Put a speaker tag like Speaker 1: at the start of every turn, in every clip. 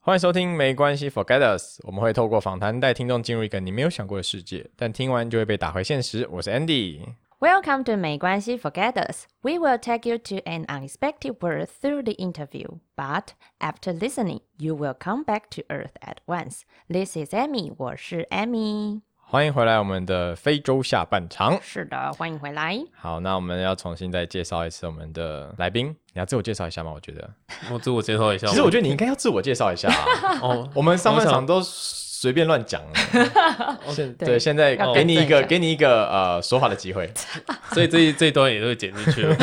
Speaker 1: 欢迎收听，没关系，Forget Us。我们会透过访谈带听众进入一个你没有想过的世界，但听完就会被打回现实。我是 Andy。
Speaker 2: Welcome to 没关系 Forget Us. We will take you to an unexpected world through the interview, but after listening, you will come back to Earth at once. This is Amy，我是 Amy。
Speaker 1: 欢迎回来，我们的非洲下半场。
Speaker 2: 是的，欢迎回来。
Speaker 1: 好，那我们要重新再介绍一次我们的来宾，你要自我介绍一下吗？我觉得，
Speaker 3: 我自我介绍一下。
Speaker 1: 其实我觉得你应该要自我介绍一下、 啊。
Speaker 3: 哦，
Speaker 1: 我们上半场都随便乱讲了，
Speaker 3: 哦
Speaker 1: 现
Speaker 2: 对
Speaker 1: 对，现在
Speaker 2: 要
Speaker 1: 给你一
Speaker 2: 更正一
Speaker 1: 个
Speaker 2: 下
Speaker 1: 给你一个呃说话的机会。
Speaker 3: 所以这一这一段也都会剪进去 了。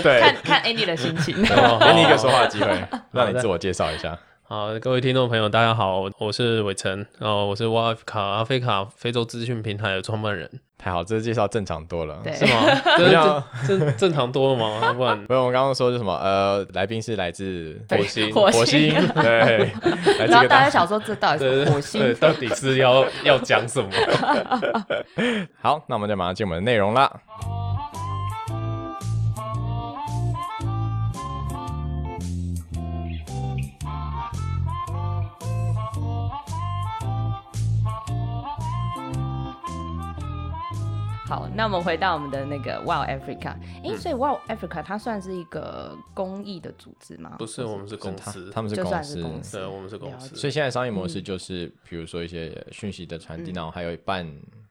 Speaker 1: 对，
Speaker 2: 看看 Andy 的心情。
Speaker 3: 哦
Speaker 1: 给你一个说话的机会，让你
Speaker 3: 的
Speaker 1: 自我介绍一下。
Speaker 3: 好，各位听众朋友，大家好，我是伟成，然、后我是瓦卡阿菲卡非洲资讯平台的创办人，
Speaker 1: 太好，这介绍正常多了。
Speaker 2: 对
Speaker 3: 是吗？
Speaker 1: 比较
Speaker 3: 这这正正常多了吗？不 然
Speaker 1: 不是，我们刚刚说是什么？呃，来宾是来自
Speaker 2: 对
Speaker 1: 火
Speaker 2: 火
Speaker 1: 星
Speaker 2: 星，
Speaker 1: 对，来自
Speaker 2: 然
Speaker 1: 一
Speaker 2: 后
Speaker 1: 个
Speaker 2: 大家
Speaker 1: 大。
Speaker 2: 想说这到底
Speaker 3: 对
Speaker 2: 是
Speaker 3: 对
Speaker 2: 火星？
Speaker 3: 对，到底是要要讲什么？
Speaker 1: 好，那我们就马上进我们的内容啦。
Speaker 2: 好，那我们回到我们的那个 Wow Africa。诶，所以 Wow Africa 它算是一个公益的组织吗？
Speaker 3: 不是，我们是公司，
Speaker 1: 他们是
Speaker 2: 就
Speaker 1: 公
Speaker 2: 算是
Speaker 1: 司，
Speaker 2: 公司，
Speaker 3: 对，我们是公
Speaker 2: 了
Speaker 3: 司
Speaker 2: 解。
Speaker 1: 所以现在商业模式就是，比如说一些讯息的传递，
Speaker 2: 嗯
Speaker 1: 然后还有一半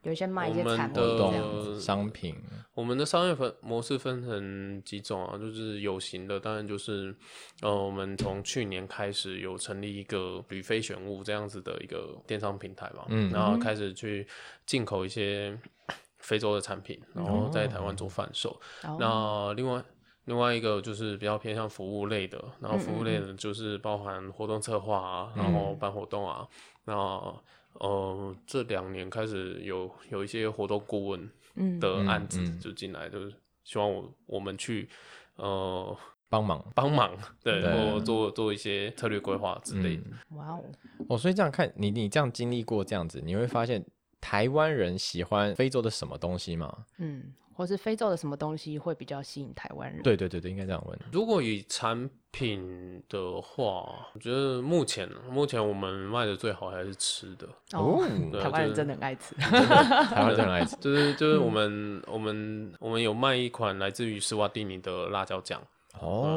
Speaker 2: 有一些卖一些
Speaker 3: 我们
Speaker 2: 产品
Speaker 1: 活
Speaker 3: 的
Speaker 2: 这样子。
Speaker 1: 动商品。
Speaker 3: 我们的商业分模式分成几种啊，就是有形的，当然就是，呃，我们从去年开始有成立一个铝非选物这样子的一个电商平台嘛，
Speaker 1: 嗯
Speaker 3: 然后开始去进口一些非洲的产品，然后在台湾做贩售。
Speaker 2: 哦
Speaker 3: 那另外另外一个就是比较偏向服务类的，然后服务类的就是包含活动策划啊，
Speaker 1: 嗯
Speaker 3: 然后办活动啊，那。呃，这两年开始有有一些活动顾问，
Speaker 2: 嗯
Speaker 3: 的
Speaker 1: 嗯
Speaker 3: 案子
Speaker 1: 嗯
Speaker 3: 就进来，就是希望我我们去呃
Speaker 1: 帮忙
Speaker 3: 帮忙，对，
Speaker 1: 对嗯
Speaker 3: 或做做一些策略规划之类的。
Speaker 2: 哇哦，
Speaker 1: 哦，所以这样看你，你这样经历过这样子，你会发现台湾人喜欢非洲的什么东西吗？
Speaker 2: 嗯，或是非洲的什么东西会比较吸引台湾人？
Speaker 1: 对对对对，应该这样问。
Speaker 3: 如果以产品的话，我觉得目前目前我们卖的最好还是吃的，
Speaker 2: 哦，
Speaker 3: 对
Speaker 2: 台湾
Speaker 3: 就
Speaker 2: 人
Speaker 3: 是
Speaker 2: 真的很爱吃。
Speaker 1: 台湾人很 爱吃。
Speaker 3: 就是就是我们、我们我们有卖一款来自于斯瓦蒂尼的辣椒酱，然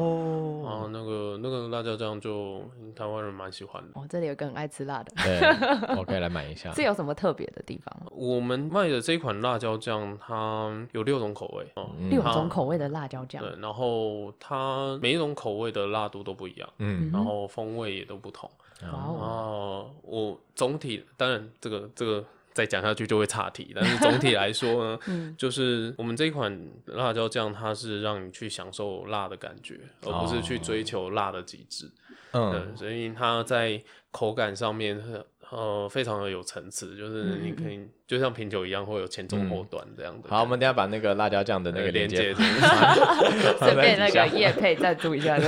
Speaker 1: 哦，
Speaker 3: 后那个那个辣椒酱就台湾人蛮喜欢的。
Speaker 2: 哦，这里有个很爱吃辣的，
Speaker 1: 对，我可以来买一下
Speaker 2: 是。有什么特别的地方吗？
Speaker 3: 我们卖的这一款辣椒酱，它有六种口味哦，
Speaker 2: 六
Speaker 3: 好
Speaker 2: 种口味的辣椒酱，
Speaker 3: 对，然后它每一种口味的辣度都不一样，
Speaker 1: 嗯，
Speaker 3: 然后嗯风味也都不同。
Speaker 2: 哇
Speaker 3: 然
Speaker 2: 哦，
Speaker 3: 后我总体当然这个这个再讲下去就会岔题，但是总体来 说呢，
Speaker 1: 嗯
Speaker 3: 就是我们这一款辣椒酱，它是让你去享受辣的感觉，而不是去追求辣的极致。
Speaker 1: 哦嗯
Speaker 3: 对，所以它在口感上面呃非常的有层次，
Speaker 1: 嗯
Speaker 3: 就是你可以就像品酒一样，会有前中后段这样的感觉。
Speaker 1: 好，我们等一下把那个辣椒酱的那个
Speaker 3: 呃
Speaker 1: 链
Speaker 3: 连
Speaker 1: 接
Speaker 3: 接。
Speaker 2: 顺便那个叶配赞助一下的。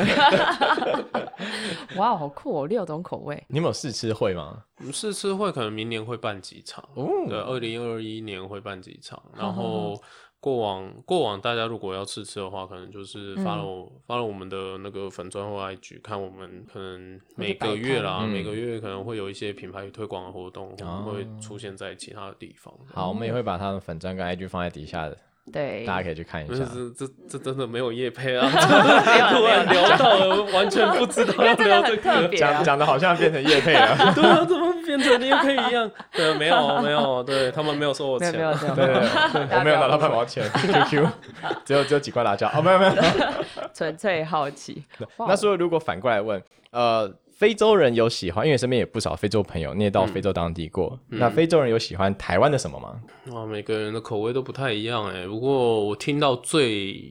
Speaker 2: 哇哦，好酷哦，六种口味。
Speaker 1: 你们有试吃会吗？
Speaker 3: 我们试吃会可能明年会办几场，
Speaker 1: 哦
Speaker 3: 对，二零二一年会办几场，然后过往过往大家如果要试吃的话，可能就是
Speaker 2: 嗯
Speaker 3: follow、follow 我们的那个粉砖或 IG，看我们可能每
Speaker 2: 摆嗯
Speaker 3: 个月啦，
Speaker 1: 摊
Speaker 3: 每个月可能会有一些品牌推广的活动，
Speaker 1: 哦
Speaker 3: 会出现在其他的地方。
Speaker 1: 好，我们也会把他的粉砖跟 IG 放在底下的，
Speaker 2: 嗯对，
Speaker 1: 大家可以去看一
Speaker 3: 但
Speaker 1: 下
Speaker 3: 是。这这这真的没有业 配啊！ 突然聊到了，完全不知道要
Speaker 2: 真的
Speaker 3: 聊这
Speaker 2: 哎很
Speaker 3: 个。
Speaker 2: 特别啊
Speaker 1: 讲。讲的好像变成叶配 了，
Speaker 3: 对啊，怎么变成业配一样？对，没有没有，对他们没有收我
Speaker 2: 没
Speaker 3: 钱
Speaker 2: 有，没有没有
Speaker 1: 对，
Speaker 2: 没有，
Speaker 1: 我没有拿到半毛 钱，QQ，只有只有几块辣椒哦，没有没有。
Speaker 2: 纯粹好奇。 哇
Speaker 1: 那所以如果反过来问，呃，非洲人有喜欢，因为身边也不少非洲朋友，你也到非洲当地过，
Speaker 3: 嗯
Speaker 1: 那非洲人有喜欢台湾的什么吗？
Speaker 3: 哇，每个人的口味都不太一样哎。不过我听到最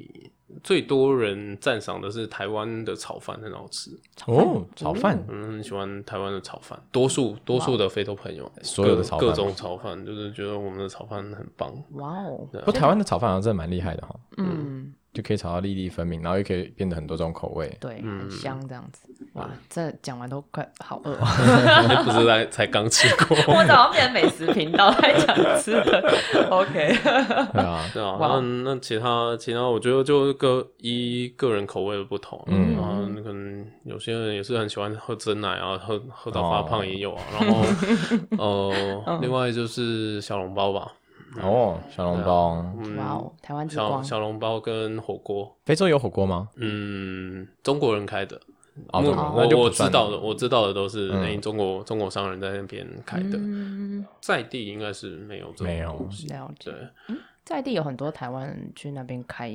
Speaker 3: 最多人赞赏的是台湾的炒饭很好吃，
Speaker 1: 哦，炒饭，
Speaker 3: 嗯，很喜欢台湾的炒饭。多数多数的非洲朋友，
Speaker 1: 所有的炒饭
Speaker 3: 各
Speaker 1: 吗
Speaker 3: 各种炒饭，就是觉得我们的炒饭很棒。
Speaker 2: 哇哦，
Speaker 3: 啊
Speaker 1: 不，台湾的炒饭好像真的蛮厉害的哈。
Speaker 2: 嗯，
Speaker 1: 就可以炒到粒粒分明，然后又可以变得很多种口味。
Speaker 2: 对，
Speaker 3: 嗯
Speaker 2: 很香这样子。哇，这讲完都快好饿哦。
Speaker 3: 不是才才刚吃过，
Speaker 2: 我早上变美食频道在讲吃的。OK，
Speaker 1: 对啊，
Speaker 3: 对啊，
Speaker 2: 哇
Speaker 3: 那那其他其他，我觉得就是个依个人口味的不同，
Speaker 1: 嗯
Speaker 3: 然后可能有些人也是很喜欢喝真奶啊，喝喝到发
Speaker 1: 哦
Speaker 3: 胖也有啊，然后 呃，另外就是小笼包吧，
Speaker 1: 哦，小笼包，
Speaker 3: 嗯，
Speaker 2: 哇哦，台湾之
Speaker 3: 小
Speaker 2: 光，
Speaker 3: 小笼包跟火锅，
Speaker 1: 非洲有火锅吗？
Speaker 3: 嗯，中国人开的，
Speaker 1: 哦，
Speaker 3: 目
Speaker 1: 中国
Speaker 3: 我
Speaker 1: 那就
Speaker 3: 我
Speaker 1: 不
Speaker 3: 知
Speaker 1: 算
Speaker 3: 道的，我知道的都是
Speaker 1: 嗯
Speaker 3: 那中国中国商人在那边开的，
Speaker 2: 嗯，
Speaker 3: 在地应该是没有这
Speaker 1: 没
Speaker 3: 种
Speaker 1: 有
Speaker 3: 东西，
Speaker 2: 了解
Speaker 3: 对。。
Speaker 2: 在地有很多台湾人去那边开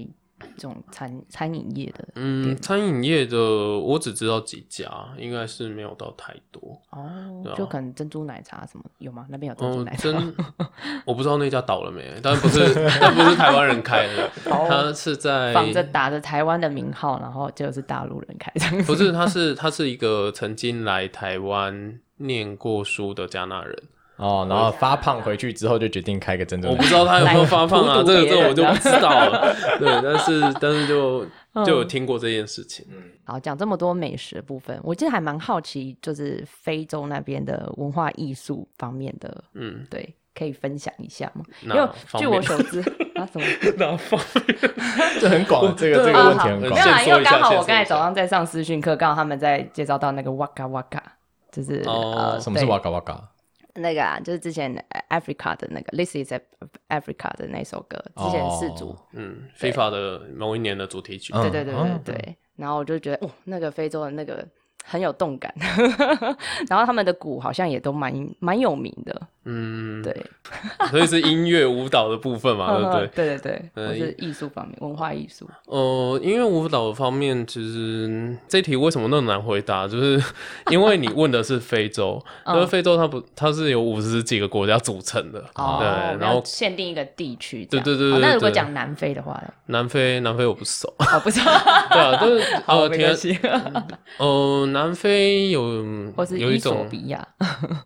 Speaker 2: 这种餐餐饮业的
Speaker 3: 嗯，餐饮业的我只知道几家，应该是没有到太多。
Speaker 2: 哦
Speaker 3: 对啊，
Speaker 2: 就可能珍珠奶茶什么有吗？那边有珍珠
Speaker 3: 嗯
Speaker 2: 奶，茶吗？
Speaker 3: 真我不知道那家倒了没，但不是， 但不是台湾人开 的，他是在
Speaker 2: 仿着打着台湾的名号，然后就是大陆人开这样子。
Speaker 3: 不是，他是他是一个曾经来台湾念过书的加拿人，
Speaker 1: 哦，然后发胖回去之后就决定开个珍珠
Speaker 3: 我
Speaker 1: 奶
Speaker 3: 不
Speaker 1: 茶。
Speaker 3: 知道他有没有发胖 啊，
Speaker 2: 来荼毒
Speaker 3: 这个这
Speaker 2: 别
Speaker 3: 个
Speaker 2: 人
Speaker 3: 我就不知道 了。对，但是但是就就有
Speaker 2: 嗯
Speaker 3: 听过这件事情。
Speaker 2: 好，讲这么多美食的部分，我其实还蛮好奇，就是非洲那边的文化艺术方面的，
Speaker 3: 嗯，
Speaker 2: 对，可以分享一下吗？因
Speaker 3: 那
Speaker 2: 为
Speaker 3: 方
Speaker 2: 据
Speaker 3: 便
Speaker 2: 我 所知 啊，什么？
Speaker 3: 那方
Speaker 1: 这很广，这个这
Speaker 3: 对
Speaker 1: 个
Speaker 3: 啊
Speaker 1: 问题
Speaker 2: 好
Speaker 1: 很
Speaker 2: 没有
Speaker 1: 广。
Speaker 3: 先
Speaker 2: 啦，
Speaker 3: 说
Speaker 2: 因为
Speaker 3: 一下
Speaker 2: 刚好
Speaker 3: 先
Speaker 2: 我
Speaker 3: 说
Speaker 2: 刚才
Speaker 3: 一下
Speaker 2: 早上在上私讯课，刚好他们在介绍到那个哇嘎哇嘎，就是、
Speaker 3: 哦
Speaker 2: 呃，
Speaker 1: 什么是
Speaker 2: 对
Speaker 1: 哇嘎哇嘎？
Speaker 2: 那个啊，就是之前呃 Africa 的那个 This is Africa 的那首歌，之前四组，
Speaker 1: 哦
Speaker 3: 嗯，FIFA 的某一年的主题曲，
Speaker 1: 嗯
Speaker 2: 对对对对
Speaker 1: 哦
Speaker 2: 对。然后我就觉得，哦，那个非洲的那个很有动感， 然后他们的鼓好像也都蛮蛮有名的，
Speaker 3: 嗯，
Speaker 2: 对，
Speaker 3: 所以是音乐舞蹈的部分嘛，对不对
Speaker 2: 嗯？对对对，
Speaker 3: 呃
Speaker 2: 或是艺术方面，文化艺术，
Speaker 3: 呃，因为舞蹈方面，其实这题为什么那么难回答，就是 因为你问的是非洲，因 为
Speaker 2: 嗯
Speaker 3: 非洲它不，它是由五十几个国家组成的，
Speaker 2: 哦，
Speaker 3: 对
Speaker 2: 没有，
Speaker 3: 然后
Speaker 2: 限定一个地区这
Speaker 3: 对
Speaker 2: 样，
Speaker 3: 对对
Speaker 2: 哦
Speaker 3: 对
Speaker 2: 那如果
Speaker 3: 对
Speaker 2: 讲南非的话呢？
Speaker 3: 南非，南非我不熟，
Speaker 2: 哦，不是，
Speaker 3: 对啊，但是
Speaker 2: 好，
Speaker 3: 呃，
Speaker 2: 哦没关
Speaker 3: 天，
Speaker 2: 系，
Speaker 3: 呃，南非有
Speaker 2: 或是
Speaker 3: 有
Speaker 2: 伊
Speaker 3: 一
Speaker 2: 索
Speaker 3: 种，
Speaker 2: 比亚，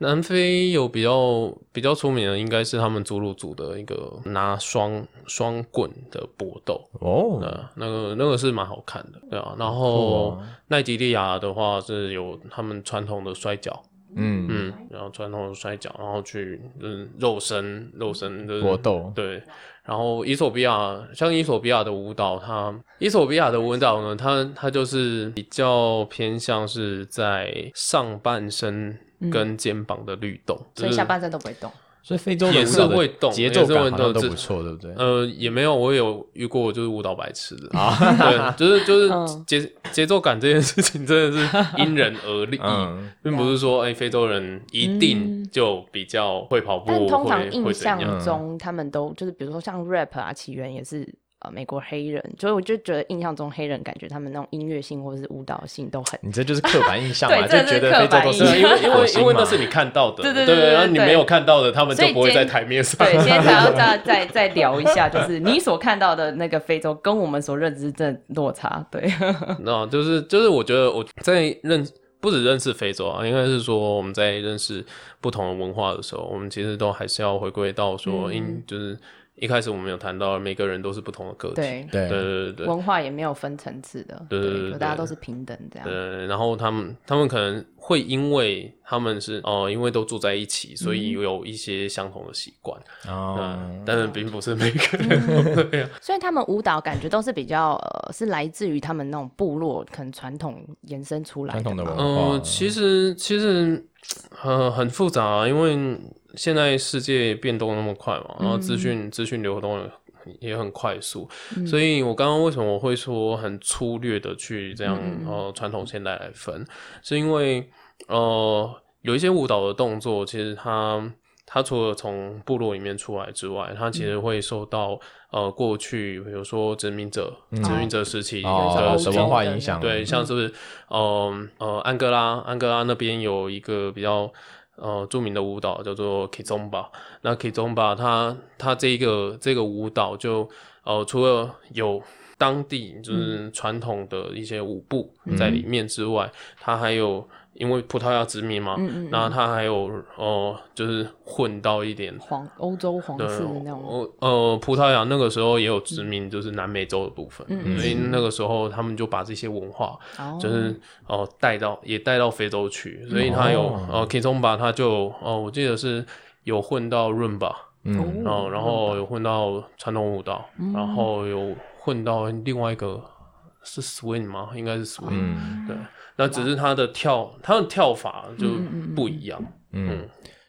Speaker 3: 南非有比较比较出名的，应该是他们祖鲁族的一个拿双双棍的搏斗，
Speaker 1: 哦，
Speaker 3: 呃，那个那个是蛮好看的，对啊。然
Speaker 1: 酷
Speaker 3: 后
Speaker 1: 哦
Speaker 3: 奈及利亚的话是有他们传统的摔跤，
Speaker 1: 嗯，
Speaker 3: 嗯，然后传统的摔跤，然后去嗯肉身肉身的
Speaker 1: 搏，斗，
Speaker 3: 对。然后伊索比亚像伊索比亚的舞蹈，它伊索比亚的舞蹈呢，它它就是比较偏向是在上半身跟肩膀的律动，
Speaker 2: 嗯所以
Speaker 3: 就是
Speaker 2: 下半身都不会动。
Speaker 1: 所以非洲的
Speaker 3: 也是
Speaker 1: 舞蹈的
Speaker 3: 会动
Speaker 1: 节奏
Speaker 3: 也是
Speaker 1: 感
Speaker 3: 会
Speaker 1: 好
Speaker 3: 动
Speaker 1: 像都
Speaker 3: 这
Speaker 1: 不错，对不对？
Speaker 3: 呃，也没有，我有遇过就是舞蹈白 痴的啊，对，就是就是
Speaker 2: 嗯
Speaker 3: 节节奏感这件事情真的是因人 而异，
Speaker 1: 嗯，
Speaker 3: 并不是说哎、非洲人一定就比较会跑步，
Speaker 2: 嗯但通常
Speaker 3: 会
Speaker 2: 印
Speaker 3: 会怎
Speaker 2: 象
Speaker 3: 样？嗯
Speaker 2: 中，他们都就是比如说像 rap 啊，起源也是呃美国黑人，所以我就觉得印象中黑人感觉他们那种音乐性或是舞蹈性都很
Speaker 1: 你这就是刻板印象嘛，
Speaker 2: 对
Speaker 1: 就
Speaker 2: 这
Speaker 1: 觉
Speaker 2: 是
Speaker 1: 得非洲都
Speaker 2: 刻
Speaker 1: 是
Speaker 3: 对啊，
Speaker 2: 板印
Speaker 3: 因为因
Speaker 1: 火
Speaker 3: 为
Speaker 1: 星
Speaker 3: 因为
Speaker 1: 嘛
Speaker 3: 那是你看到的，
Speaker 2: 对对对
Speaker 3: 对
Speaker 2: 对
Speaker 3: 然后你
Speaker 2: 对
Speaker 3: 没有看到的，他们
Speaker 2: 所
Speaker 3: 就
Speaker 2: 以
Speaker 3: 不会在
Speaker 2: 今
Speaker 3: 台面上。
Speaker 2: 对。今天才 要再再再聊一下，就是你所看到的那个非洲跟我们所认知的落差， 对，
Speaker 3: 那就是就是，我觉得我在认不只认识非洲啊，应该是说我们在认识不同的文化的时候，我们其实都还是要回归到说，因、就是一开始我们有谈到，每个人都是不同的个体，
Speaker 2: 对
Speaker 1: 对，
Speaker 3: 对对对对
Speaker 2: 文化也没有分层次的，
Speaker 3: 对对对
Speaker 2: 就大家
Speaker 3: 对
Speaker 2: 都是平等这样。
Speaker 3: 对，然后他们他们可能会因为他们是哦、因为都住在一起，所以有一些相同的习惯，
Speaker 1: 哦
Speaker 3: 嗯，，但是并不是每个人都这样。
Speaker 2: 所以他们舞蹈感觉都是比较呃，是来自于他们那种部落可能传统延伸出来
Speaker 1: 传统的
Speaker 2: 吧
Speaker 1: 文
Speaker 3: 嗯、
Speaker 1: 化，
Speaker 3: 其实其实呃很复杂、啊，因为现在世界变动那么快嘛，然后资讯资讯流动也也很快速，所以我刚刚为什么我会说很粗略的去这样呃传统现代来分，是因为呃有一些舞蹈的动作，其实它。它除了从部落里面出来之外，它其实会受到、呃过去，比如说殖民者、殖民者时期的
Speaker 1: 嗯哦，
Speaker 2: 有一
Speaker 1: 受
Speaker 2: 种
Speaker 1: 文化
Speaker 2: 欧洲的
Speaker 1: 影响，
Speaker 3: 对，像是不是，嗯呃，安哥拉，安哥拉那边有一个比较呃著名的舞蹈叫做 Kizomba，那 Kizomba 它它这一个这个舞蹈就呃除了有
Speaker 2: 嗯
Speaker 3: 当地就是传统的一些舞步在里面之外，它还有因为葡萄牙殖民嘛，
Speaker 2: 嗯嗯
Speaker 3: 然后它还有哦、呃就是混到一点
Speaker 2: 黄欧洲皇
Speaker 3: 对，
Speaker 2: 室的那种，
Speaker 3: 我呃，葡萄牙那个时候也有殖民，就是南美洲的部分，
Speaker 2: 嗯
Speaker 3: 所以那个时候他们就把这些文化，
Speaker 2: 哦
Speaker 3: 就是哦、呃带到也带到非洲去，所以他有、
Speaker 1: 哦
Speaker 3: 呃 k i t o m b a 他就哦、呃我记得是有混到 Rumba，
Speaker 2: 哦
Speaker 1: 嗯，
Speaker 3: 然哦后然后有混到传统舞蹈，
Speaker 2: 嗯
Speaker 3: 然后有混到另外一个是 Swing 吗？应该是 Swing，、
Speaker 1: 嗯
Speaker 3: 对，那只是他的跳他的跳法
Speaker 2: 嗯
Speaker 3: 就不一样，
Speaker 1: 嗯，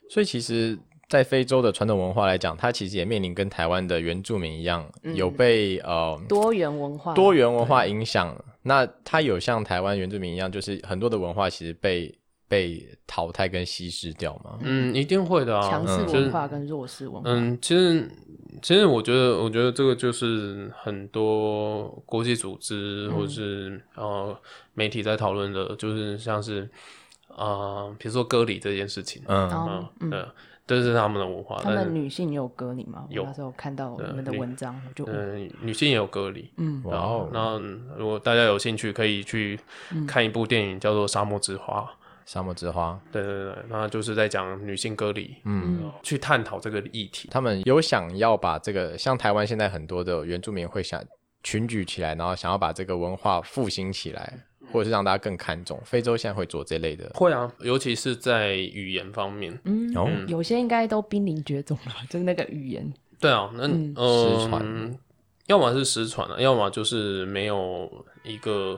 Speaker 1: 所以其实，在非洲的传统文化来讲，它其实也面临跟台湾的原住民一样，有被呃
Speaker 2: 多元文化，
Speaker 1: 多元文化影响。那它有像台湾原住民一样，就是很多的文化其实被被淘汰跟稀释掉吗？
Speaker 3: 嗯，一定会的啊，
Speaker 2: 强势
Speaker 3: 就是
Speaker 2: 文化跟弱势文化，
Speaker 3: 嗯，其实其实我觉得，我觉得这个就是很多国际组织或者是、呃媒体在讨论的，就是像是啊，呃比如说割礼这件事情，
Speaker 1: 嗯，
Speaker 2: 哦
Speaker 3: 啊，对，这是他们的文化，
Speaker 2: 他
Speaker 3: 但
Speaker 2: 们
Speaker 3: 是
Speaker 2: 女性也有割礼吗？我
Speaker 3: 有
Speaker 2: 那时候看到
Speaker 3: 对
Speaker 2: 你们的
Speaker 3: 女
Speaker 2: 文章，我就
Speaker 3: 嗯、女性也有割礼。
Speaker 2: 嗯
Speaker 1: 哇哦，
Speaker 3: 那如果大家有兴趣，可以去看一部电影，叫做《沙漠之花》。
Speaker 1: 沙漠之花，
Speaker 3: 对对对，那就是在讲女性割礼，
Speaker 1: 嗯，
Speaker 3: 呃去探讨这个议题。
Speaker 1: 他们有想要把这个，像台湾现在很多的原住民会想群举起来，然后想要把这个文化复兴起来，或者是让大家更看重。非洲现在会做这类的，
Speaker 3: 会啊，尤其是在语言方面，
Speaker 2: 嗯，
Speaker 1: 哦
Speaker 2: 有些应该都濒临绝种了，就是那个语言，
Speaker 3: 对啊，那
Speaker 2: 嗯
Speaker 3: 嗯，
Speaker 1: 失传
Speaker 3: 要么是失传啊了，要么就是没有一个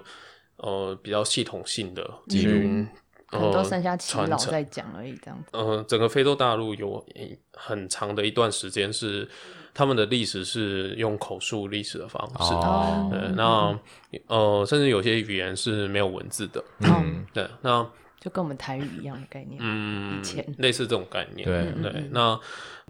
Speaker 3: 呃比较系统性的
Speaker 1: 记录
Speaker 3: 去，
Speaker 2: 嗯可能都
Speaker 3: 呃
Speaker 2: 剩下耆老
Speaker 3: 传承
Speaker 2: 在讲而已，这样子。
Speaker 3: 呃，整个非洲大陆有一很长的一段时间是他们的历史是用口述历史的方式，
Speaker 1: 哦
Speaker 3: 对，那呃，甚至有些语言是没有文字的，
Speaker 2: 嗯，
Speaker 3: 对，那
Speaker 2: 就跟我们台语一样的概念，
Speaker 3: 嗯
Speaker 2: 以前，
Speaker 3: 类似这种概念。
Speaker 1: 对
Speaker 2: 嗯嗯嗯
Speaker 3: 那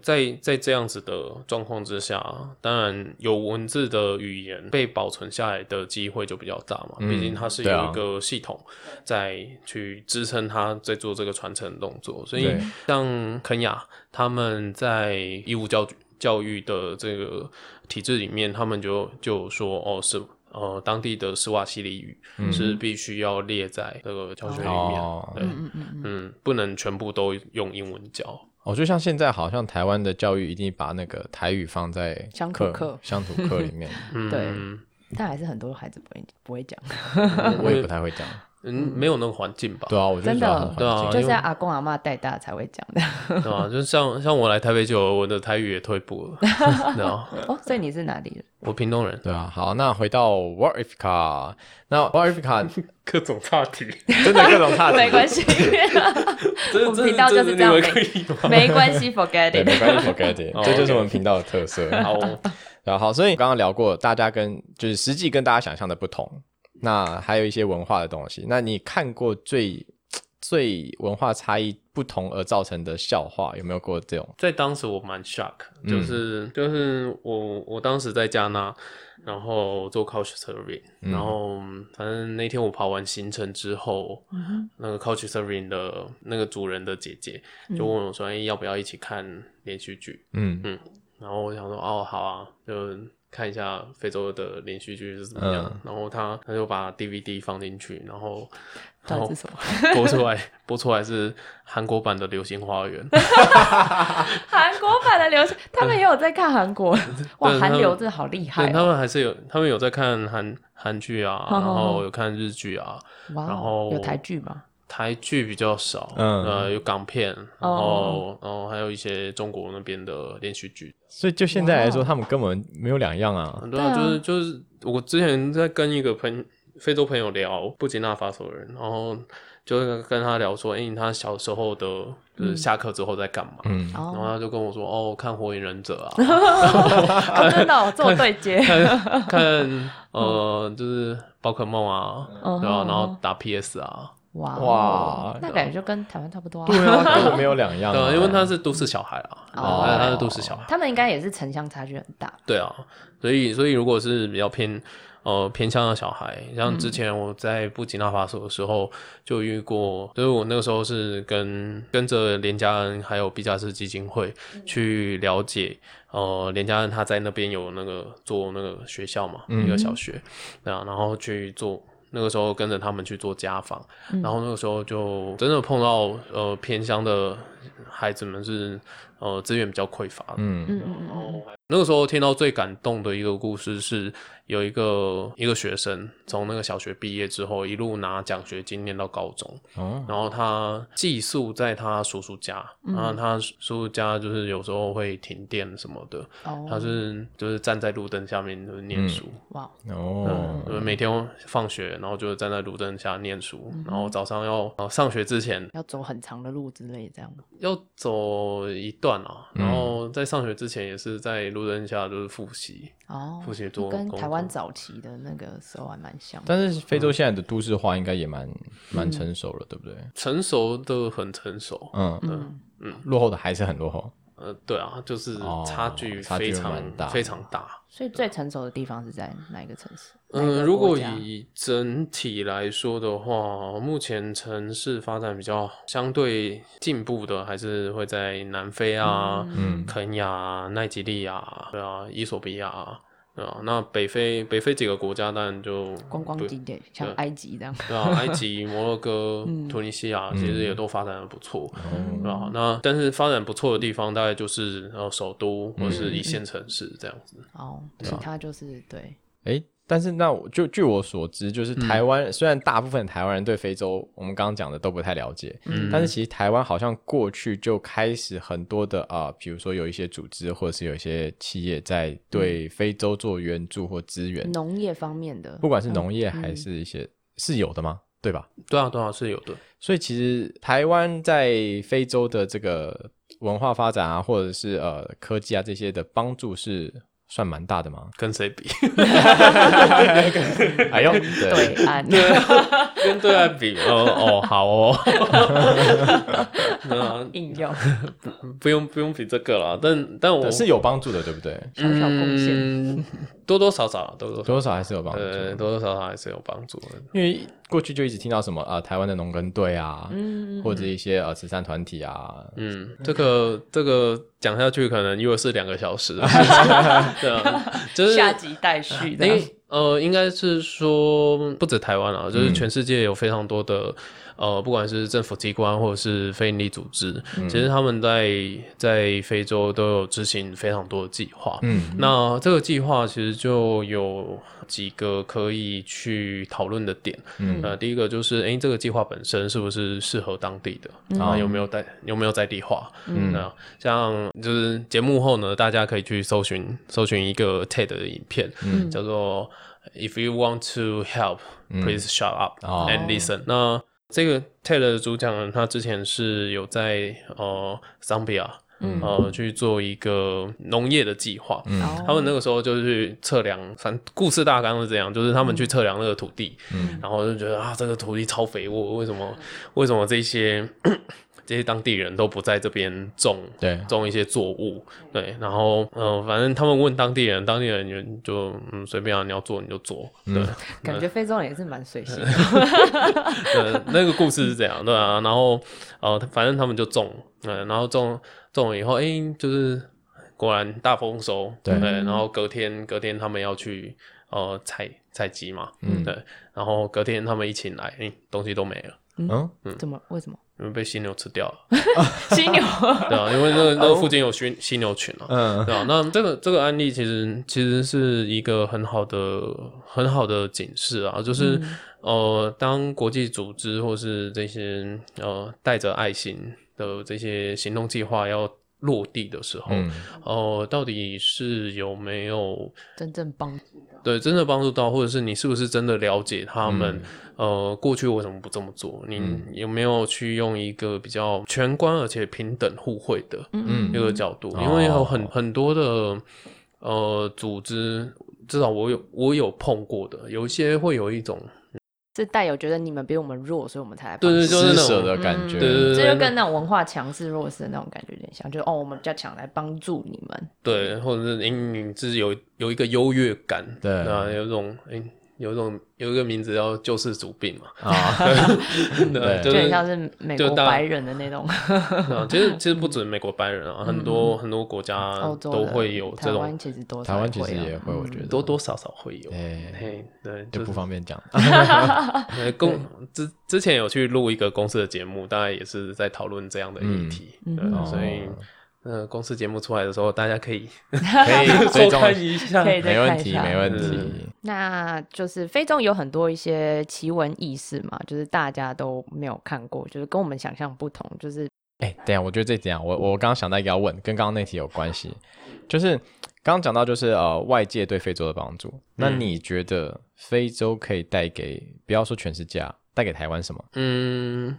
Speaker 3: 在在这样子的状况之下，当然有文字的语言被保存下来的机会就比较大嘛，
Speaker 1: 嗯
Speaker 3: 毕竟它是
Speaker 1: 对啊
Speaker 3: 有一个系统在去支撑它在做这个传承动作，所以
Speaker 1: 对
Speaker 3: 像肯雅他们在义务教育教育的这个体制里面，他们就就有说哦是。呃，当地的斯瓦西里语、是必须要列在这个教学里面，
Speaker 1: 嗯哦
Speaker 3: 对，
Speaker 2: 嗯嗯嗯，
Speaker 3: 嗯，不能全部都用英文教。
Speaker 1: 哦，就像现在好像台湾的教育一定把那个台语放在
Speaker 2: 乡土
Speaker 1: 课
Speaker 2: 课
Speaker 1: 乡土课里 面，
Speaker 3: 嗯，
Speaker 2: 对
Speaker 3: 嗯，
Speaker 2: 但还是很多孩子不会不会讲，
Speaker 1: 我也不太会 讲。
Speaker 3: 嗯没有那个环境吧？
Speaker 1: 对啊，我就
Speaker 2: 嗯真
Speaker 1: 觉得很
Speaker 2: 的，
Speaker 1: 环境
Speaker 3: 啊
Speaker 2: 就
Speaker 3: 因
Speaker 2: 是
Speaker 3: 为
Speaker 2: 要阿公阿妈带大才会讲的。
Speaker 3: 对吧？就像像我来台北久了，我的台语也退 步了。对啊，
Speaker 2: 哦，所以你是哪里人？
Speaker 3: 我屏东人，
Speaker 1: 对啊，好，那回到 w a r i f i c a 那 w a r i f i c a
Speaker 3: 各种差题，
Speaker 1: 真的各种差
Speaker 2: 没关
Speaker 1: 题，
Speaker 2: 系，
Speaker 3: 这
Speaker 2: 我们频道就是这样
Speaker 3: 你们可以吗？
Speaker 2: 没关系，forget
Speaker 1: 对，
Speaker 2: it。
Speaker 1: 没关系，forget it，
Speaker 3: 哦
Speaker 1: 这就是我
Speaker 3: OK
Speaker 1: 们频道的特色。
Speaker 3: 好，
Speaker 1: 然后，所以刚刚聊过，大家跟就是实际跟大家想象的不同，那还有一些文化的东西。那你看过最最文化差异不同而造成的笑话，有没有过这种？
Speaker 3: 在当时我蛮 shock，
Speaker 1: 嗯
Speaker 3: 就是、就是我我当时在加拿，然后做 couch surfing，、
Speaker 1: 嗯
Speaker 3: 然后反正那天我跑完行程之后，
Speaker 2: 嗯
Speaker 3: 那个 couch surfing 的那个主人的姐姐就问我说：“哎、要不要一起看连续剧
Speaker 1: 嗯？”
Speaker 3: 然后我想说：“哦，好啊，就看一下非洲的连续剧是怎么样。
Speaker 1: 嗯
Speaker 3: 然后他他就把 DVD 放进去，然后
Speaker 2: 到
Speaker 3: 然
Speaker 2: 底
Speaker 3: 后
Speaker 2: 是什么？
Speaker 3: 播出来播出来是韩国版的《流星花园》。
Speaker 2: 韩国版的流行，他们也有在看韩国，哇，
Speaker 3: 对
Speaker 2: 韩流
Speaker 3: 他们
Speaker 2: 真的好厉害
Speaker 3: 对，他
Speaker 2: 哦！
Speaker 3: 们还是有，他们有在看韩韩剧啊，
Speaker 2: 哼
Speaker 3: 然
Speaker 2: 哼
Speaker 3: 后有看日剧啊，
Speaker 2: 哇
Speaker 3: 然
Speaker 2: 哦，
Speaker 3: 后
Speaker 2: 有台剧吗？
Speaker 3: 台剧比较少，
Speaker 1: 嗯
Speaker 3: 呃，有港片，然
Speaker 2: 哦
Speaker 3: 后然后还有一些中国那边的连续剧，
Speaker 1: 所以就现在来说，他们根本没有两样啊。
Speaker 3: 很多
Speaker 2: 对啊
Speaker 3: 就是就是我之前在跟一个朋非洲朋友聊布吉纳法索人，然后就是跟他聊说，哎、他小时候的，就是下课之后在干嘛？
Speaker 1: 嗯，
Speaker 3: 然后
Speaker 2: 哦，
Speaker 3: 他就跟我说，哦，看《火影忍者》啊，
Speaker 2: 哦真的 哦，做对接，
Speaker 3: 啊看看呃，就是宝可梦啊，
Speaker 2: 嗯
Speaker 3: 对啊，然后
Speaker 2: 哼
Speaker 3: 打 PS 啊，
Speaker 2: 哇
Speaker 1: 哇
Speaker 2: 哇，那感觉就跟台湾差不多啊。
Speaker 1: 对啊，根本没有两样
Speaker 3: 对
Speaker 1: 啊。
Speaker 3: 啊，因为他是都市小孩啊，
Speaker 2: 哦
Speaker 3: 他他是都市小孩，
Speaker 2: 他们应该也是城乡差距很大。
Speaker 3: 对啊，所以所以如果是比较偏呃偏乡的小孩，像之前我在布吉纳法索的时候就遇过，就是我那个时候是跟跟着连家恩还有毕加斯基金会去了解，呃，连家恩他在那边有那个做那个学校嘛，一个小学，对啊，然后去做。那个时候跟着他们去做家访，然后那个时候就真的碰到呃偏乡的孩子们是呃资源比较匮乏的，
Speaker 1: 嗯
Speaker 2: 嗯嗯嗯
Speaker 3: 那个时候听到最感动的一个故事是，有一个一个学生从那个小学毕业之后，一路拿奖学金念到高中，
Speaker 1: 哦，
Speaker 3: 然后他寄宿在他叔叔家，然后他叔叔家就是有时候会停电什么的，
Speaker 2: 哦，
Speaker 3: 他是就是站在路灯下面就是念书，
Speaker 2: 哇，
Speaker 1: 哦，
Speaker 3: 就是每天放学然后就是站在路灯下念书，然后早上要呃上学之前
Speaker 2: 要走很长的路之类这样吗？
Speaker 3: 要走一段啊，然后在上学之前也是在路灯下就是复习。
Speaker 2: 哦，
Speaker 3: 复习多
Speaker 2: 跟
Speaker 3: 功
Speaker 2: 台湾
Speaker 3: 课
Speaker 2: 早期的那个时候还蛮像的。
Speaker 1: 但是非洲现在的都市化应该也蛮蛮成熟了，对不对？
Speaker 3: 成熟的很成熟，
Speaker 1: 嗯，
Speaker 2: 嗯，
Speaker 1: 落后的还是很落后。
Speaker 3: 呃，对啊，就是
Speaker 1: 哦
Speaker 3: 差距
Speaker 1: 差距
Speaker 3: 非常、
Speaker 1: 蛮大
Speaker 3: 非常大。
Speaker 2: 所以最成熟的地方是在哪一个城市？哪一
Speaker 3: 嗯，
Speaker 2: 个
Speaker 3: 如
Speaker 2: 国
Speaker 3: 果
Speaker 2: 家
Speaker 3: 以整体来说的话，目前城市发展比较相对进步的，还是会在南非啊、
Speaker 1: 嗯
Speaker 3: 肯亚啊、奈及利亚啊，对啊，伊索比亚啊，对啊。那北非北非几个国家，当然就
Speaker 2: 观光
Speaker 3: 不
Speaker 2: 景点，像
Speaker 3: 对
Speaker 2: 埃及这样。
Speaker 3: 对啊，埃及、摩洛 哥、
Speaker 1: 嗯
Speaker 3: 突尼西亚其实也都发展的不错，
Speaker 1: 哦
Speaker 3: 对吧、那但是发展不错的地方，大概就是呃首都或是一线城市这样子。
Speaker 2: 哦，
Speaker 3: 啊
Speaker 2: 其他就是对，
Speaker 1: 诶，但是那我就据我所知，就是台湾、虽然大部分台湾人对非洲我们刚刚讲的都不太了解，
Speaker 3: 嗯
Speaker 2: 嗯
Speaker 1: 但是其实台湾好像过去就开始很多的啊、呃比如说有一些组织或者是有一些企业在对非洲做援助或资源，
Speaker 2: 农业方面的，哦
Speaker 1: 不管是农
Speaker 3: 嗯
Speaker 1: 业还是一些、是有的吗？对吧？
Speaker 3: 对啊，对啊，是有的。？
Speaker 1: 所以其实台湾在非洲的这个文化发展啊，或者是呃科技啊这些的帮助是算蛮大的吗
Speaker 3: 跟 谁比？
Speaker 1: 哎呦，对，
Speaker 2: 对啊岸，
Speaker 3: 啊跟对岸比？哦哦，好哦。 那
Speaker 2: 应用
Speaker 3: 啊不用不用比这个了，但但我
Speaker 1: 呃是有帮助的，对不对？
Speaker 2: 小小贡献。
Speaker 3: 嗯，多多少少，多多少
Speaker 1: 多少还是有帮助。
Speaker 3: 呃多多少少还是有帮助的。
Speaker 1: 因为过去就一直听到什么啊、呃台湾的农耕队啊，
Speaker 2: 嗯
Speaker 1: 或者一些呃慈善团体啊，
Speaker 3: 嗯，这个这个讲下去可能又是两个小时 了，对啊，就是
Speaker 2: 下集待续的
Speaker 3: 因，为呃，应该是说不止台湾啊，
Speaker 1: 嗯
Speaker 3: 就是全世界有非常多的、呃，不管是政府机关或者是非营利组织，
Speaker 1: 嗯
Speaker 3: 其实他们在在非洲都有执行非常多的计划。
Speaker 1: 嗯，
Speaker 3: 那这个计划其实就有几个可以去讨论的点。
Speaker 1: 嗯
Speaker 3: 呃，第一个就是，诶，这个计划本身是不是适合当地的？
Speaker 1: 嗯
Speaker 3: 啊，有没有在有没有在地化？
Speaker 1: 嗯
Speaker 3: 那像就是节目后呢，大家可以去搜寻搜寻一个 TED 的影片，
Speaker 1: 嗯
Speaker 3: 叫做 "If you want to help, please shut up
Speaker 1: 哦
Speaker 3: and listen"、那这个 TED 的主讲人，他之前是有在呃桑比亚。呃，去做一个农业的计
Speaker 1: 嗯
Speaker 3: 划。
Speaker 2: 哦
Speaker 3: 他们那个时候就是去测量，反正故事大纲是这样，就是他们去测量那个土地，然后就觉得啊，这个土地超肥沃，为什么 为什么这些 这些当地人都不在这边种
Speaker 1: 对
Speaker 3: 种一些作物？对，然后嗯、呃反正他们问当地人，当地人就嗯随便啊，你要做你就做，对。
Speaker 2: 感觉非洲人也是蛮随性的。
Speaker 3: 呃，那个故事是这样，对啊，然后呃，反正他们就种，嗯，然后种种了以后，哎、就是果然大丰收，
Speaker 1: 对
Speaker 3: 然后隔天隔天他们要去呃采采集嘛，嗯，对，然后隔天他们一起来，哎、东西都没了。
Speaker 1: 嗯，
Speaker 2: 怎么？为 什么？嗯
Speaker 3: 因为被犀牛吃掉了，
Speaker 2: 犀 牛
Speaker 3: 对啊，因为那个那个附近有犀犀牛群啊，
Speaker 1: 嗯
Speaker 3: 对啊，那这个这个案例其实其实是一个很好的很好的警示啊，就是、
Speaker 2: 嗯
Speaker 3: 呃，当国际组织或是这些呃带着爱心的这些行动计划要落地的时候，
Speaker 1: 嗯
Speaker 3: 呃，到底是有没有
Speaker 2: 真正帮
Speaker 3: 对真的帮助到，或者是你是不是真的了解
Speaker 1: 嗯
Speaker 3: 他们？呃，过去为什么不这么做？你有没有去用一个比较全观而且平等互惠的？
Speaker 1: 嗯
Speaker 3: 一个角度，
Speaker 1: 哦
Speaker 3: 因为有很很多的呃组织，至少我有我有碰过的，有一些会有一种，
Speaker 2: 是带有觉得你们比我们弱，所以我们才来帮
Speaker 3: 对
Speaker 2: 你。
Speaker 3: 对，就是
Speaker 1: 施
Speaker 3: 那
Speaker 1: 舍
Speaker 3: 种，嗯
Speaker 1: 的感觉，
Speaker 3: 对
Speaker 2: 这
Speaker 3: 对对
Speaker 2: 就跟那种文化强势弱势的那种感觉有点像，就是哦，我们比较强来帮助你们。
Speaker 3: 对，或者是诶你自己有有一个优越感，
Speaker 1: 对
Speaker 3: 啊，有一种诶有一种有一个名字叫救世主病嘛，
Speaker 1: 啊，
Speaker 3: 对，啊就
Speaker 2: 就很
Speaker 3: 是
Speaker 2: 像 是美
Speaker 3: 就
Speaker 2: 国
Speaker 3: 大
Speaker 2: 白人的那种，
Speaker 3: 啊，其实其实不止美国白人啊，很多很多国家
Speaker 1: 嗯
Speaker 2: 欧嗯洲
Speaker 3: 都
Speaker 2: 的
Speaker 3: 会有这
Speaker 2: 台湾
Speaker 3: 种，
Speaker 2: 其实多少
Speaker 1: 台湾其
Speaker 2: 会
Speaker 1: 实
Speaker 2: 啊
Speaker 1: 也会，我觉得
Speaker 3: 多多少少会有。
Speaker 1: 哎
Speaker 3: 嘿，对，
Speaker 1: 就
Speaker 3: 就
Speaker 1: 不
Speaker 3: 是啊
Speaker 1: 方便讲，
Speaker 3: 呃公之之前有去录一个公司的节目，大概也是在讨论这样的议题，
Speaker 2: 嗯
Speaker 3: 对，啊
Speaker 2: 嗯
Speaker 3: 所
Speaker 1: 哦
Speaker 3: 以呃，公司节目出来的时候，大家可以
Speaker 1: 可以追
Speaker 3: 收
Speaker 1: 踪，
Speaker 3: 看一下
Speaker 2: 可。以再
Speaker 1: 没问
Speaker 2: 看一
Speaker 1: 题，
Speaker 2: 下。
Speaker 1: 没问
Speaker 3: 嗯
Speaker 1: 题。
Speaker 2: 那就是非洲有很多一些奇闻异事嘛，就是大家都没有看过，就是跟我们想象不同，就是
Speaker 1: 哎，等一下，我觉得这怎样？我我刚刚想到一个要问，跟刚刚那题有关系，就是刚刚讲到就是呃外界对非洲的帮助，那
Speaker 3: 嗯
Speaker 1: 你觉得非洲可以带给不要说全世界啊，带给台湾什么？
Speaker 3: 嗯，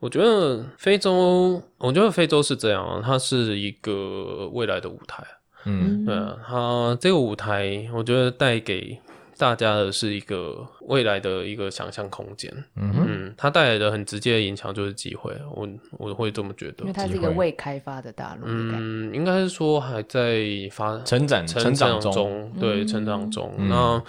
Speaker 3: 我觉得非洲，我觉得非洲是这样啊，它是一个未来的舞台。
Speaker 1: 嗯
Speaker 3: 对啊，它这个舞台，我觉得带给大家的是一个未来的一个想象空间。
Speaker 1: 嗯哼
Speaker 3: 嗯，它带来的很直接的影响就是机会，我我会这么觉得
Speaker 2: 嗯因为。它是一
Speaker 1: 机
Speaker 2: 个
Speaker 1: 会
Speaker 2: 未开发的大陆的感觉。
Speaker 3: 嗯，应该是说还在发
Speaker 1: 成长
Speaker 3: 成
Speaker 1: 长
Speaker 3: 中，
Speaker 1: 中，
Speaker 3: 对，
Speaker 2: 嗯
Speaker 3: 成长中。
Speaker 1: 嗯
Speaker 3: 那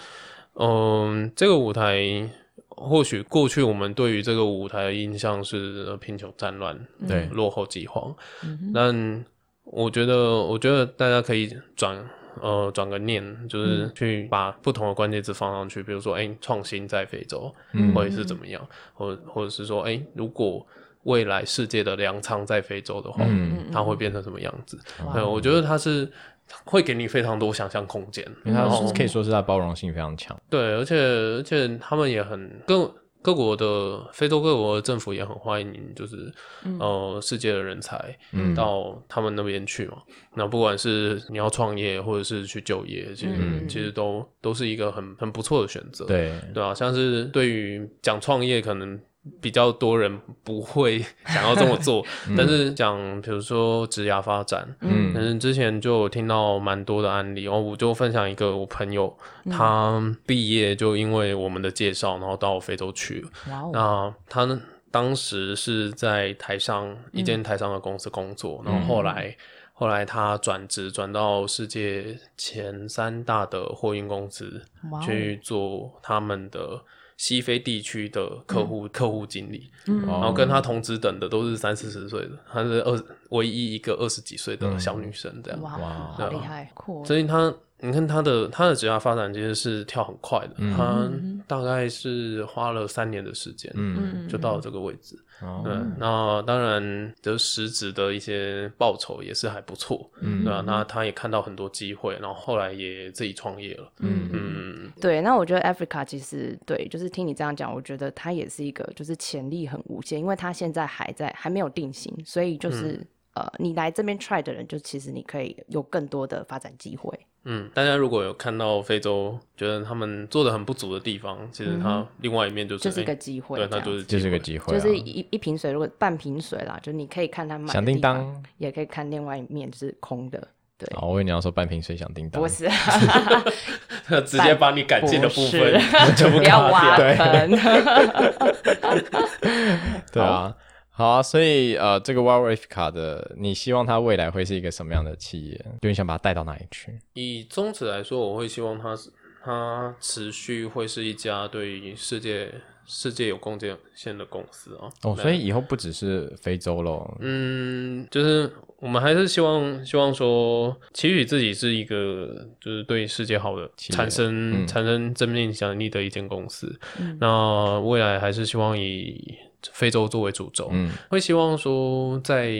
Speaker 3: 嗯，这个舞台。或许过去我们对于这个舞台的印象是呃贫穷战乱、
Speaker 1: 对
Speaker 3: 落后饥荒，
Speaker 2: 嗯哼
Speaker 3: 但我觉得，我觉得大家可以转呃转个念，就是
Speaker 1: 嗯
Speaker 3: 去把不同的关键字放上去，比如说，哎、创新在非洲，
Speaker 1: 嗯
Speaker 3: 或者是怎么样，或或者是说，哎、如果未来世界的粮仓在非洲的话，
Speaker 1: 嗯
Speaker 3: 它会变成什么样子？
Speaker 2: 哇
Speaker 3: 对，我觉得它是会给你非常多想象空间，
Speaker 1: 因为它
Speaker 3: 然
Speaker 1: 是
Speaker 3: 后
Speaker 1: 可以说是它包容性非常强。
Speaker 3: 对，而且而且他们也很各各国的非洲各国的政府也很欢迎，就是、
Speaker 2: 嗯
Speaker 3: 呃世界的人才
Speaker 1: 嗯
Speaker 3: 到他们那边去嘛。那不管是你要创业或者是去就业，其实、
Speaker 2: 嗯
Speaker 3: 其实都都是一个很很不错的选择。
Speaker 1: 对，
Speaker 3: 对啊，像是对于讲创业可能。比较多人不会 想要这么做，但是讲比如说职涯发展，
Speaker 1: 嗯
Speaker 3: 嗯，之前就有听到蛮多的案例，然后我就分享一个我朋友，
Speaker 2: 嗯
Speaker 3: 他毕业就因为我们的介绍，然后到非洲去了。
Speaker 2: 哇哦，
Speaker 3: 那他呢当时是在台商一
Speaker 2: 嗯
Speaker 3: 间台商的公司工作，然后后来后来他转职转到世界前三大的货运公司
Speaker 2: 哇哦
Speaker 3: 去做他们的西非地区的客
Speaker 2: 嗯
Speaker 3: 户、客户经理。
Speaker 1: 然
Speaker 3: 然后跟她同职等的都是三四十岁的，她是二唯一一个二十几岁
Speaker 1: 嗯
Speaker 3: 的小女生这样。
Speaker 2: 哇
Speaker 1: 哇
Speaker 2: 哦，好
Speaker 3: 对
Speaker 2: 厉
Speaker 3: 啊
Speaker 2: 害，酷哦！
Speaker 3: 所以她，你看她的她的职业发展其实是跳很快的，
Speaker 1: 嗯
Speaker 3: 她大概是花了三年的时间。
Speaker 1: 嗯，
Speaker 3: 就到了这个位置，
Speaker 1: 哦
Speaker 3: 对，那当然就是实质的一些报酬也是还不错，
Speaker 1: 嗯
Speaker 3: 对啊吧、那她也看到很多机会，然后后来也自己创业了，
Speaker 1: 嗯
Speaker 3: 嗯，
Speaker 2: 对，那我觉得 Africa 其实对，就是听你这样讲，我觉得它也是一个就是潜力很无限，因为它现在还在还没有定型，所以
Speaker 1: 嗯
Speaker 2: 就是、呃，你来这边 try 的人，就其实你可以有更多的发展机会。
Speaker 3: 嗯，大家如果有看到非洲，觉得他们做的很不足的地方，其实它另外一面就
Speaker 2: 嗯
Speaker 3: 是
Speaker 2: 就是一
Speaker 3: 哎
Speaker 2: 个机会
Speaker 3: 对，
Speaker 2: 这
Speaker 3: 它
Speaker 2: 样
Speaker 3: 就是
Speaker 1: 这是个
Speaker 3: 机 会
Speaker 1: 机会
Speaker 2: 就
Speaker 1: 啊，
Speaker 2: 是一一瓶水，如果半瓶水啦，就你可以看它满的
Speaker 1: 响叮
Speaker 2: 地方
Speaker 1: 当，
Speaker 2: 也可以看另外一面就是空的，对，
Speaker 1: 哦，我以为你要说半瓶水响叮当
Speaker 2: 不，是，啊
Speaker 3: 直接把你感 性的部分 全部
Speaker 2: 不要
Speaker 3: 卡
Speaker 2: 挖
Speaker 3: 掉。
Speaker 2: 坑，
Speaker 1: 对啊，好啊，所以呃，这个 Wild Rift 卡的，你希望它未来会是一个什么样的企业？就你想把它带到哪里去？
Speaker 3: 以宗旨来说，我会希望它是它持续会是一家对世界世界有贡献的公司啊。
Speaker 1: 哦，所以以后不只是非洲喽，
Speaker 3: 嗯，就是我们还是希望希望说，期许自己是一个就是对世界好的，
Speaker 1: 企业
Speaker 3: 产生、
Speaker 1: 嗯
Speaker 3: 产生正面影响力的一间公司。那未来还是希望以非洲作为主轴，
Speaker 1: 嗯
Speaker 3: 会希望说在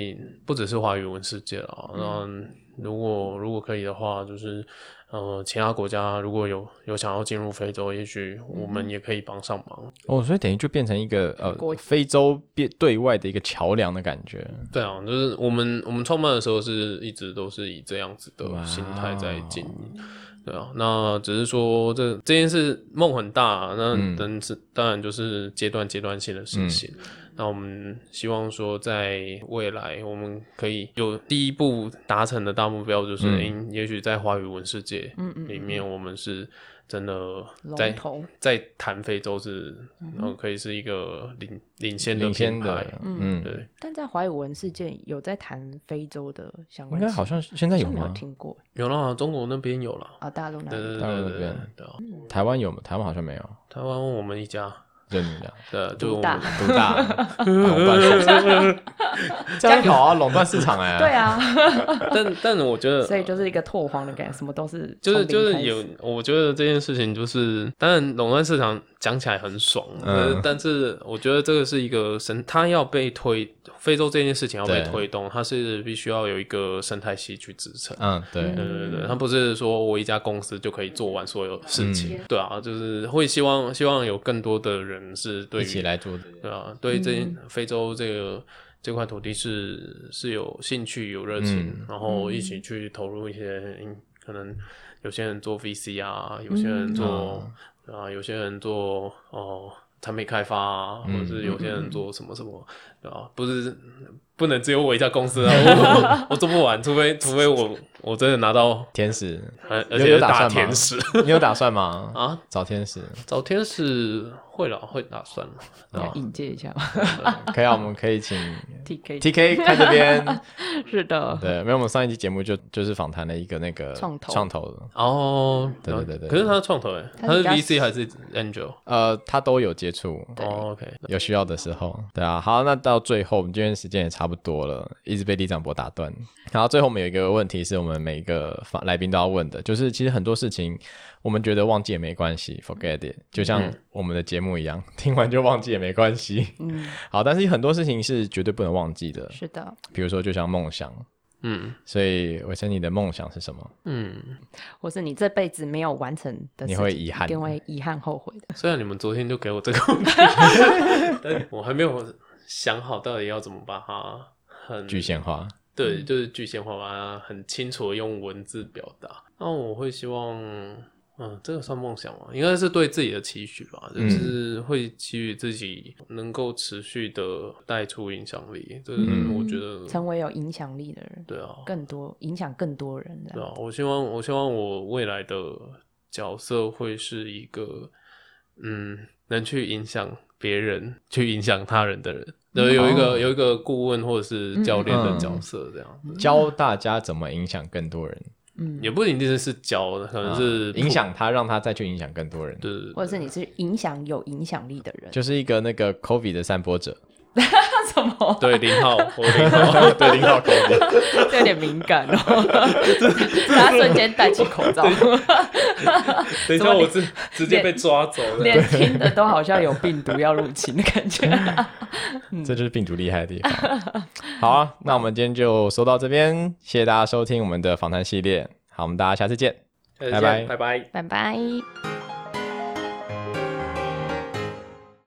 Speaker 3: 不只是华语文世界啦，那如果如果可以的话，就是呃，其他国家如果有有想要进入非洲，也许我们也可以帮上忙。
Speaker 1: 哦，所以等于就变成一个
Speaker 2: 国
Speaker 1: 呃非洲变对外的一个桥梁的感觉，
Speaker 3: 对啊，就是我们我们创办的时候是一直都是以这样子的
Speaker 1: 哇哦
Speaker 3: 心态在经营。对啊，那只是说这这件事梦很大啊、那
Speaker 1: 嗯
Speaker 3: 但是、当然就是阶段阶段性的事情。那我们希望说，在未来我们可以有第一步达成的大目标，就是，
Speaker 1: 嗯
Speaker 3: 诶也许在华语文世界
Speaker 4: 嗯嗯
Speaker 3: 里面，我们是真的
Speaker 2: 龙
Speaker 3: 在
Speaker 2: 头
Speaker 3: 在谈非洲是，然后可以是一个领领先的
Speaker 1: 领先
Speaker 3: 品牌
Speaker 1: 的，，嗯，
Speaker 3: 对，
Speaker 2: 但在华语文事件有在谈非洲的相
Speaker 1: 应
Speaker 2: 关
Speaker 1: 该
Speaker 2: 情况，
Speaker 1: 好像现在有
Speaker 2: 没有
Speaker 1: 吗？
Speaker 2: 听过
Speaker 3: 有啦，中国那边有啦，
Speaker 2: 啊？大陆那
Speaker 3: 对
Speaker 2: 里
Speaker 3: 对
Speaker 1: 嗯大陆那
Speaker 3: 对对对
Speaker 1: 边
Speaker 3: 对啊，
Speaker 1: 台湾有吗？台湾好像没有，
Speaker 3: 台湾我们一家，
Speaker 1: 就你们俩。
Speaker 3: 对，啊就我
Speaker 2: 大
Speaker 3: 们
Speaker 1: 独 大，垄断市场，这样好啊，垄断市场哎、
Speaker 2: 对，啊，
Speaker 3: 但但我觉得，
Speaker 2: 所以 就是一个拓荒的感觉，什么都是
Speaker 3: 就是
Speaker 2: 从
Speaker 3: 就
Speaker 2: 零
Speaker 3: 是
Speaker 2: 开始
Speaker 3: 有，我觉得这件事情就是，当然垄断市场讲起来很爽，
Speaker 1: 嗯
Speaker 3: 嗯，但是我觉得这个是一个生，它要被推，非洲这件事情要被
Speaker 1: 对
Speaker 3: 推动，它是必须要有一个生态系去支撑。
Speaker 1: 嗯，对，
Speaker 3: 对对对，它不是说我一家公司就可以做完所有事情，
Speaker 1: 嗯
Speaker 3: 对啊，就是会希望希望有更多的人是对
Speaker 1: 一
Speaker 3: 于
Speaker 1: 起来做这个，
Speaker 3: 对啊，对这非洲这个这块土地是是有兴趣、有热情，
Speaker 1: 嗯
Speaker 3: 然后一起去投入一些，嗯可能有些人做 VC 啊，有些人做、啊，有些人做哦、产品开发啊，或者是有些人做什么什么，对啊，不是不能只有我一家公司啊，我我做不完，除非除非我我真的拿到。
Speaker 1: 天使，
Speaker 3: 而
Speaker 1: 有
Speaker 3: 而且
Speaker 1: 有
Speaker 3: 是
Speaker 1: 打
Speaker 3: 大
Speaker 1: 算吗
Speaker 3: 天使
Speaker 1: 你有打算吗？
Speaker 3: 啊，
Speaker 1: 找天使，
Speaker 3: 找天使会了，会打算了。
Speaker 2: 要引介一下嘛
Speaker 1: 可以啊，我们可以请
Speaker 2: T K
Speaker 1: T K 看这边，
Speaker 2: 是的，
Speaker 1: 对，没有，我们上一期节目就就是访谈了一个那个
Speaker 2: 创投
Speaker 1: 创投的，
Speaker 3: 哦，
Speaker 1: 对
Speaker 3: 了
Speaker 1: 对对对
Speaker 3: 可是他是创投哎，
Speaker 2: 他
Speaker 3: 他
Speaker 2: 是比
Speaker 3: 是
Speaker 2: 较
Speaker 3: VC 还是 Angel？
Speaker 1: 呃，他都有接触，
Speaker 3: 哦，OK，
Speaker 1: 有需要的时候，对啊，好，那到最后，我们今天时间也差不多了，一直被李长博打断。然后最后我们有一个问题是我们每一个访来宾都要问的，就是其实很多事情我们觉得忘记也没关系，forget it，就像我们的节目一样，听完就忘记也没关系。
Speaker 2: 嗯，
Speaker 1: 好，但是很多事情是绝对不能忘记的，
Speaker 2: 是的，
Speaker 1: 比如说就像梦想，
Speaker 3: 嗯
Speaker 1: 所以伟生你的梦想是什么？
Speaker 3: 嗯。
Speaker 2: 或是你这辈子没有完成的事
Speaker 1: 你
Speaker 2: 情，
Speaker 1: 会遗憾
Speaker 2: 一定会遗憾后悔的。
Speaker 3: 虽然你们昨天就给我这个 问题，但我还没有想好到底要怎么把它很
Speaker 1: 具象化，
Speaker 3: 对，就是具象化，把它很清楚的用文字表达。那我会希望，嗯，这个算梦想吗？应该是对自己的期许吧，就
Speaker 1: 嗯
Speaker 3: 是会给予自己能够持续的带出影响力。这、是
Speaker 1: 嗯
Speaker 3: 我觉得，
Speaker 2: 成为有影响力的人，
Speaker 3: 对啊，
Speaker 2: 更多影响更多人
Speaker 3: 对
Speaker 2: 的。
Speaker 3: 啊，我希望我希望我未来的角色会是一个，嗯，能去影响别人、去影响他人的人，
Speaker 2: 嗯
Speaker 3: 对，有一个、
Speaker 1: 哦嗯
Speaker 3: 有一个顾问或者是教练的角色，这样、
Speaker 1: 教大家怎么影响更多人，
Speaker 2: 嗯，
Speaker 3: 也不一定是教的，可能是、
Speaker 1: 啊影，响他，让他再去影响更多人。
Speaker 3: 对对
Speaker 2: 或者
Speaker 3: 对，
Speaker 2: 是你是影响有影响力的人，
Speaker 1: 就是一个那个 COVID 的散播者，
Speaker 2: 那什么
Speaker 3: 对零号，我零号，
Speaker 1: 对，零号 COVID。
Speaker 2: 这有点敏感哦， 大家瞬间戴起口罩，
Speaker 3: 等
Speaker 2: 怎
Speaker 3: 一下
Speaker 2: 么
Speaker 3: 我
Speaker 2: 你
Speaker 3: 直直接被抓走 了，
Speaker 2: 连听的都好像有病毒要入侵的 感觉。
Speaker 1: 嗯这就是病毒厉害的地方。好啊，那我们今天就说到这边，谢谢大家收听我们的访谈系列。好，我们大家下次见。
Speaker 3: 再见
Speaker 1: 拜拜
Speaker 3: 拜
Speaker 2: 拜
Speaker 3: 拜。
Speaker 2: 拜。